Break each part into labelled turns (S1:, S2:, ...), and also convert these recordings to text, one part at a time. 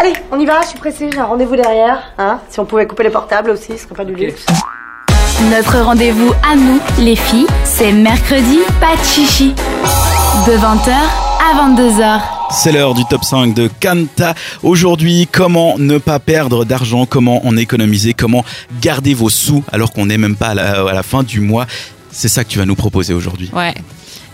S1: Allez, on y va, je suis pressée, j'ai un rendez-vous derrière. Hein si on pouvait couper les portables aussi, ce serait pas du luxe.
S2: Notre rendez-vous à nous, les filles, c'est mercredi, pas de chichi. De 20h à 22h.
S3: C'est l'heure du top 5 de Kanta. Aujourd'hui, comment ne pas perdre d'argent, comment en économiser, comment garder vos sous alors qu'on n'est même pas à la, à la fin du mois. C'est ça que tu vas nous proposer aujourd'hui.
S4: Ouais.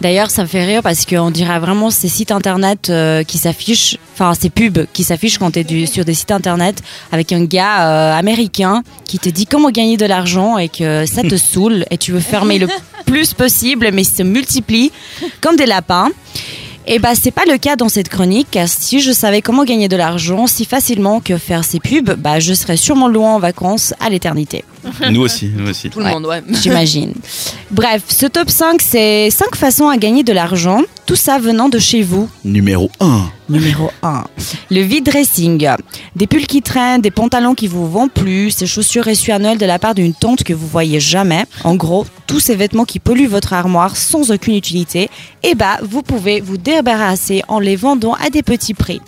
S4: D'ailleurs, ça me fait rire parce qu'on dirait vraiment ces sites internet euh, qui s'affichent, enfin ces pubs qui s'affichent quand t'es du- sur des sites internet avec un gars euh, américain qui te dit comment gagner de l'argent et que ça te saoule et tu veux fermer le plus possible mais se multiplie comme des lapins. Et bah c'est pas le cas dans cette chronique car si je savais comment gagner de l'argent si facilement que faire ces pubs, bah je serais sûrement loin en vacances à l'éternité.
S3: Nous aussi, nous aussi.
S5: Tout le
S4: Ouais.
S5: monde, ouais.
S4: J'imagine. Bref, ce top 5, c'est 5 façons à gagner de l'argent, tout ça venant de chez vous.
S3: Numéro 1.
S4: Numéro 1. Le vide dressing. Des pulls qui traînent, des pantalons qui vous vont plus, ces chaussures essuie annuelles de la part d'une tante que vous voyez jamais. En gros, tous ces vêtements qui polluent votre armoire sans aucune utilité, eh bah, vous pouvez vous débarrasser en les vendant à des petits prix.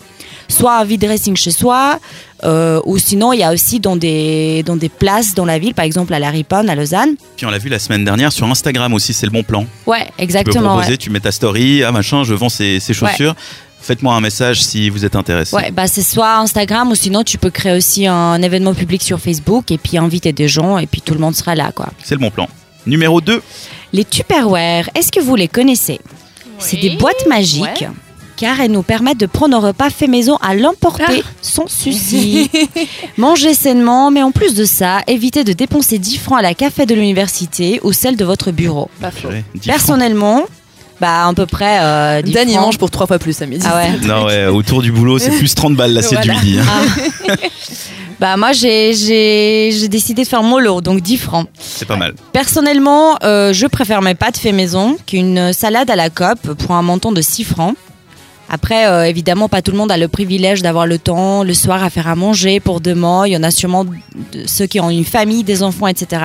S4: Soit un vide dressing chez soi, euh, ou sinon il y a aussi dans des, dans des places dans la ville, par exemple à la Riponne, à Lausanne.
S3: Puis on l'a vu la semaine dernière sur Instagram aussi, c'est le bon plan.
S4: Ouais,
S3: Tu peux
S4: exactement.
S3: proposer,
S4: Ouais.
S3: tu mets ta story, ah machin, je vends ces, ces chaussures. Faites-moi un message si vous êtes intéressé.
S4: Ouais, bah c'est soit Instagram ou sinon tu peux créer aussi un événement public sur Facebook et puis inviter des gens et puis tout le monde sera là quoi.
S3: C'est le bon plan. Numéro 2.
S4: Les Tupperware, est-ce que vous les connaissez C'est des boîtes magiques
S5: Ouais.
S4: car elles nous permettent de prendre nos repas fait maison à
S5: Ah.
S4: l'emporter sans souci. Manger sainement, mais en plus de ça, évitez de dépenser 10 francs à la café de l'université ou celle de votre bureau.
S5: Pas faux.
S3: Purée, dix francs.
S4: Personnellement, bah à peu près euh, 10
S5: Dan, il
S4: francs.
S5: mange pour trois fois plus à midi.
S4: Ah ouais.
S3: Non, ouais, autour du boulot, c'est plus 30 balles l'assiette
S5: Voilà. Ah.
S3: du midi. hein.
S4: Bah moi j'ai- j'ai j'ai décidé de faire mollo, donc 10 francs.
S3: C'est pas mal.
S4: Personnellement, euh, je préfère mes pâtes fait maison qu'une salade à la cope pour un montant de 6 francs. Après, euh, évidemment, pas tout le monde a le privilège d'avoir le temps le soir à faire à manger pour demain. Il y en a sûrement de- ceux qui ont une famille, des enfants, etc.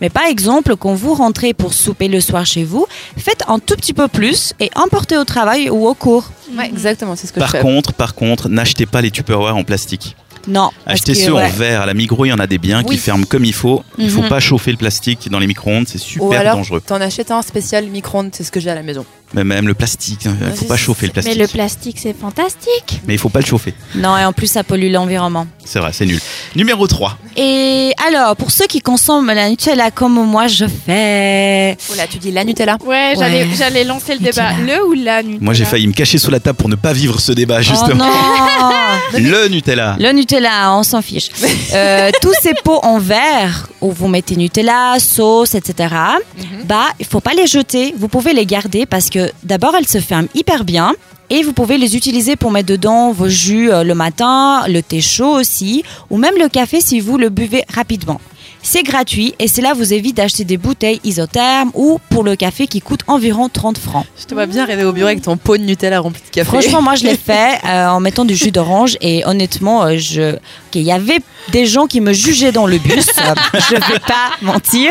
S4: Mais par exemple, quand vous rentrez pour souper le soir chez vous, faites un tout petit peu plus et emportez au travail ou au cours.
S5: Ouais, exactement, c'est ce que
S3: Par
S5: je fais.
S3: contre, par contre, n'achetez pas les Tupperware en plastique.
S4: Non. parce
S3: Achetez
S4: que,
S3: ceux en
S4: ouais.
S3: verre. À la Migros, il y en a des biens qui
S4: Oui.
S3: ferment comme il faut. Il faut
S4: Mhm.
S3: pas chauffer le plastique dans les micro-ondes, c'est super
S5: Ou alors,
S3: dangereux.
S5: t'en achètes un spécial micro-ondes, c'est ce que j'ai à la maison.
S3: Mais même le plastique, il faut
S5: c'est-
S3: pas chauffer le
S6: Mais
S3: plastique.
S6: le plastique, c'est fantastique.
S3: Mais il faut pas le chauffer.
S4: Non, et en plus, ça pollue l'environnement.
S3: C'est vrai, c'est nul. Numéro 3.
S4: Et alors, pour ceux qui consomment la Nutella comme moi je fais,
S5: Oh là, tu dis la Nutella
S6: Ouais, j'allais
S4: Ouais.
S6: j'allais lancer le débat.
S4: Nutella.
S6: Le ou la Ah. Nutella
S3: Moi, j'ai failli me cacher sous la table pour ne pas vivre ce débat, justement.
S4: Oh non
S3: le Nutella.
S4: Le Nutella, on s'en fiche. Euh, tous ces pots en verre où vous mettez Nutella, sauce, etc. Bah, il faut pas les jeter. Vous pouvez les garder parce que d'abord elles se ferment hyper bien. Et vous pouvez les utiliser pour mettre dedans vos jus euh, le matin, le thé chaud aussi, ou même le café si vous le buvez rapidement. C'est gratuit et cela vous évite d'acheter des bouteilles isothermes ou pour le café qui coûte environ 30 francs.
S5: Je te vois bien rêver au bureau avec ton pot de Nutella rempli de café.
S4: Franchement, moi, je l'ai fait euh, en mettant du jus d'orange et honnêtement, euh, je. Ok, il y avait des gens qui me jugeaient dans le bus. euh, je vais pas mentir,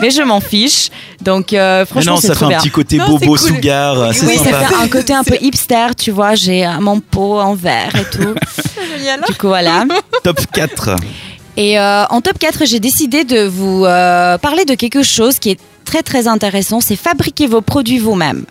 S4: mais je m'en fiche. Donc, euh,
S3: Mais
S4: franchement,
S3: non,
S4: c'est
S3: ça fait
S4: trop
S3: un
S4: bien.
S3: petit côté
S5: Non,
S3: bobo
S5: c'est cool.
S3: sougar, c'est
S4: Oui, ça
S3: sympa.
S4: fait un côté un peu hipster, tu vois. J'ai euh, mon pot en verre et tout. Du coup, voilà.
S3: Top 4.
S4: Et euh, en top 4, j'ai décidé de vous euh, parler de quelque chose qui est très très intéressant, c'est fabriquer vos produits vous-même.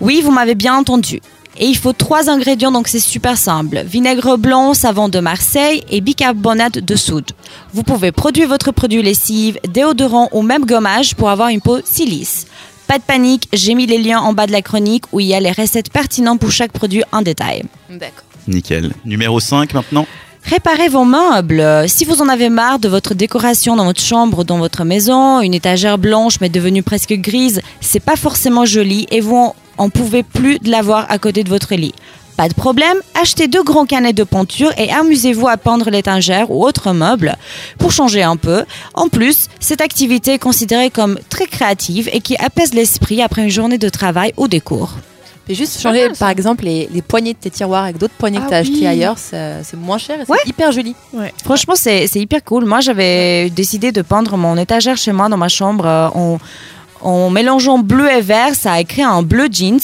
S4: Oui, vous m'avez bien entendu. Et il faut trois ingrédients, donc c'est super simple. Vinaigre blanc, savon de Marseille et bicarbonate de soude. Vous pouvez produire votre produit lessive, déodorant ou même gommage pour avoir une peau si lisse. Pas de panique, j'ai mis les liens en bas de la chronique où il y a les recettes pertinentes pour chaque produit en détail.
S5: D'accord.
S3: Nickel. Numéro 5 maintenant.
S4: Réparez vos meubles. Euh, Si vous en avez marre de votre décoration dans votre chambre, dans votre maison, une étagère blanche mais devenue presque grise, c'est pas forcément joli et vous en- en pouvez plus de l'avoir à côté de votre lit. Pas de problème, achetez deux grands canets de peinture et amusez-vous à peindre l'étagère ou autre meuble pour changer un peu. En plus, cette activité est considérée comme très créative et qui apaise l'esprit après une journée de travail ou des cours.
S5: Mais juste changer, par exemple, les, les poignées de tes tiroirs avec d'autres poignées que
S6: Ah
S5: t'as achetées
S6: oui.
S5: ailleurs, ça- c'est moins cher et c'est
S4: Ouais.
S5: hyper joli.
S4: Franchement, c'est c'est hyper cool. Moi, j'avais décidé de peindre mon étagère chez moi dans ma chambre euh, en, en mélangeant bleu et vert. Ça a créé un bleu jeans.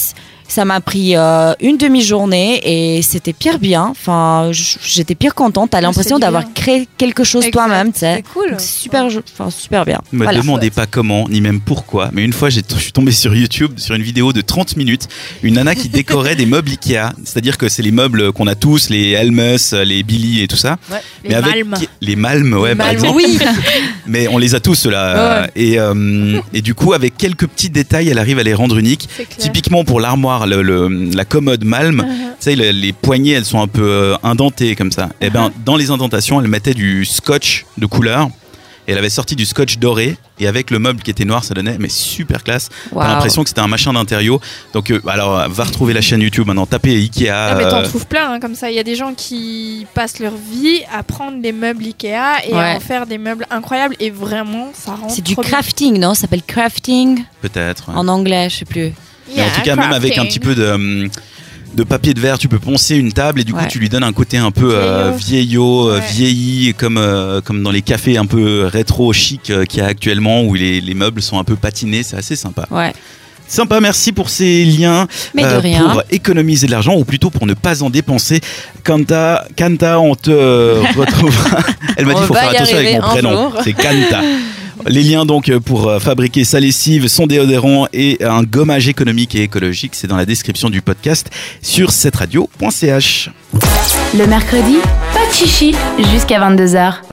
S4: Ça m'a pris euh, une demi-journée et c'était pire bien. Enfin, j- j'étais pire contente. T'as l'impression
S6: c'est bien.
S4: d'avoir créé quelque chose
S6: Exact.
S4: toi-même, tu sais.
S6: C'est cool.
S4: Donc, c'est Super, jo- enfin, super bien.
S3: Me
S4: Voilà.
S3: demandez pas comment, ni même pourquoi, mais une fois j'ai- je suis tombé sur YouTube sur une vidéo de 30 minutes, une nana qui décorait des meubles Ikea, c'est-à-dire que c'est les meubles qu'on a tous, les Elmus, les Billy et tout ça,
S6: Les
S3: mais avec
S6: malmes.
S3: les Malmes, ouais, par
S5: Malmes,
S3: exemple.
S5: oui.
S3: Mais on les a tous là. Et, euh, et du coup, avec quelques petits détails, elle arrive à les rendre uniques.
S6: C'est clair. Uh-huh.
S3: Typiquement pour l'armoire, le- le- la commode Malm, tu sais, le- les poignées, elles sont un peu euh, indentées comme ça. Et
S6: Uh-huh.
S3: ben, dans les indentations, elle mettait du scotch de couleur. Et elle avait sorti du scotch doré. Et avec le meuble qui était noir, ça donnait, mais super classe. T'as
S4: Waouh.
S3: l'impression que c'était un machin d'intérieur. Donc, euh, alors, euh, va retrouver la chaîne YouTube maintenant. Tapez Ikea.
S6: Ah, mais t'en
S3: euh,
S6: trouves plein hein, comme ça. Il y a des gens qui passent leur vie à prendre des meubles Ikea et à
S4: Ouais.
S6: en faire des meubles incroyables et vraiment ça rend.
S4: C'est du
S6: trop bien.
S4: crafting, non Ça s'appelle crafting
S3: Peut-être. ouais.
S4: en anglais, je sais plus.
S3: Mais en tout cas, même avec un petit peu de, hum, de papier de verre, tu peux poncer une table et du coup,
S4: Ouais.
S3: tu lui donnes un côté un peu euh, vieillot, euh,
S6: Ouais.
S3: vieilli, comme, euh, comme dans les cafés un peu rétro chic euh, qu'il y a actuellement où les, les meubles sont un peu patinés. C'est assez sympa.
S4: Ouais.
S3: Sympa, merci pour ces liens
S4: Mais de
S3: euh,
S4: rien.
S3: pour économiser de l'argent ou plutôt pour ne pas en dépenser. Kanta, Kanta on te euh, retrouvera. Elle m'a dit
S5: On
S3: qu'il faut
S5: va
S3: faire
S5: y
S3: attention avec
S5: arriver
S3: mon
S5: un
S3: prénom.
S5: jour.
S3: C'est Kanta. Les liens donc euh, pour euh, fabriquer sa lessive, son déodorant et un gommage économique et écologique, c'est dans la description du podcast sur cette radio.ch.
S2: Le mercredi, pas de chichi jusqu'à 22h.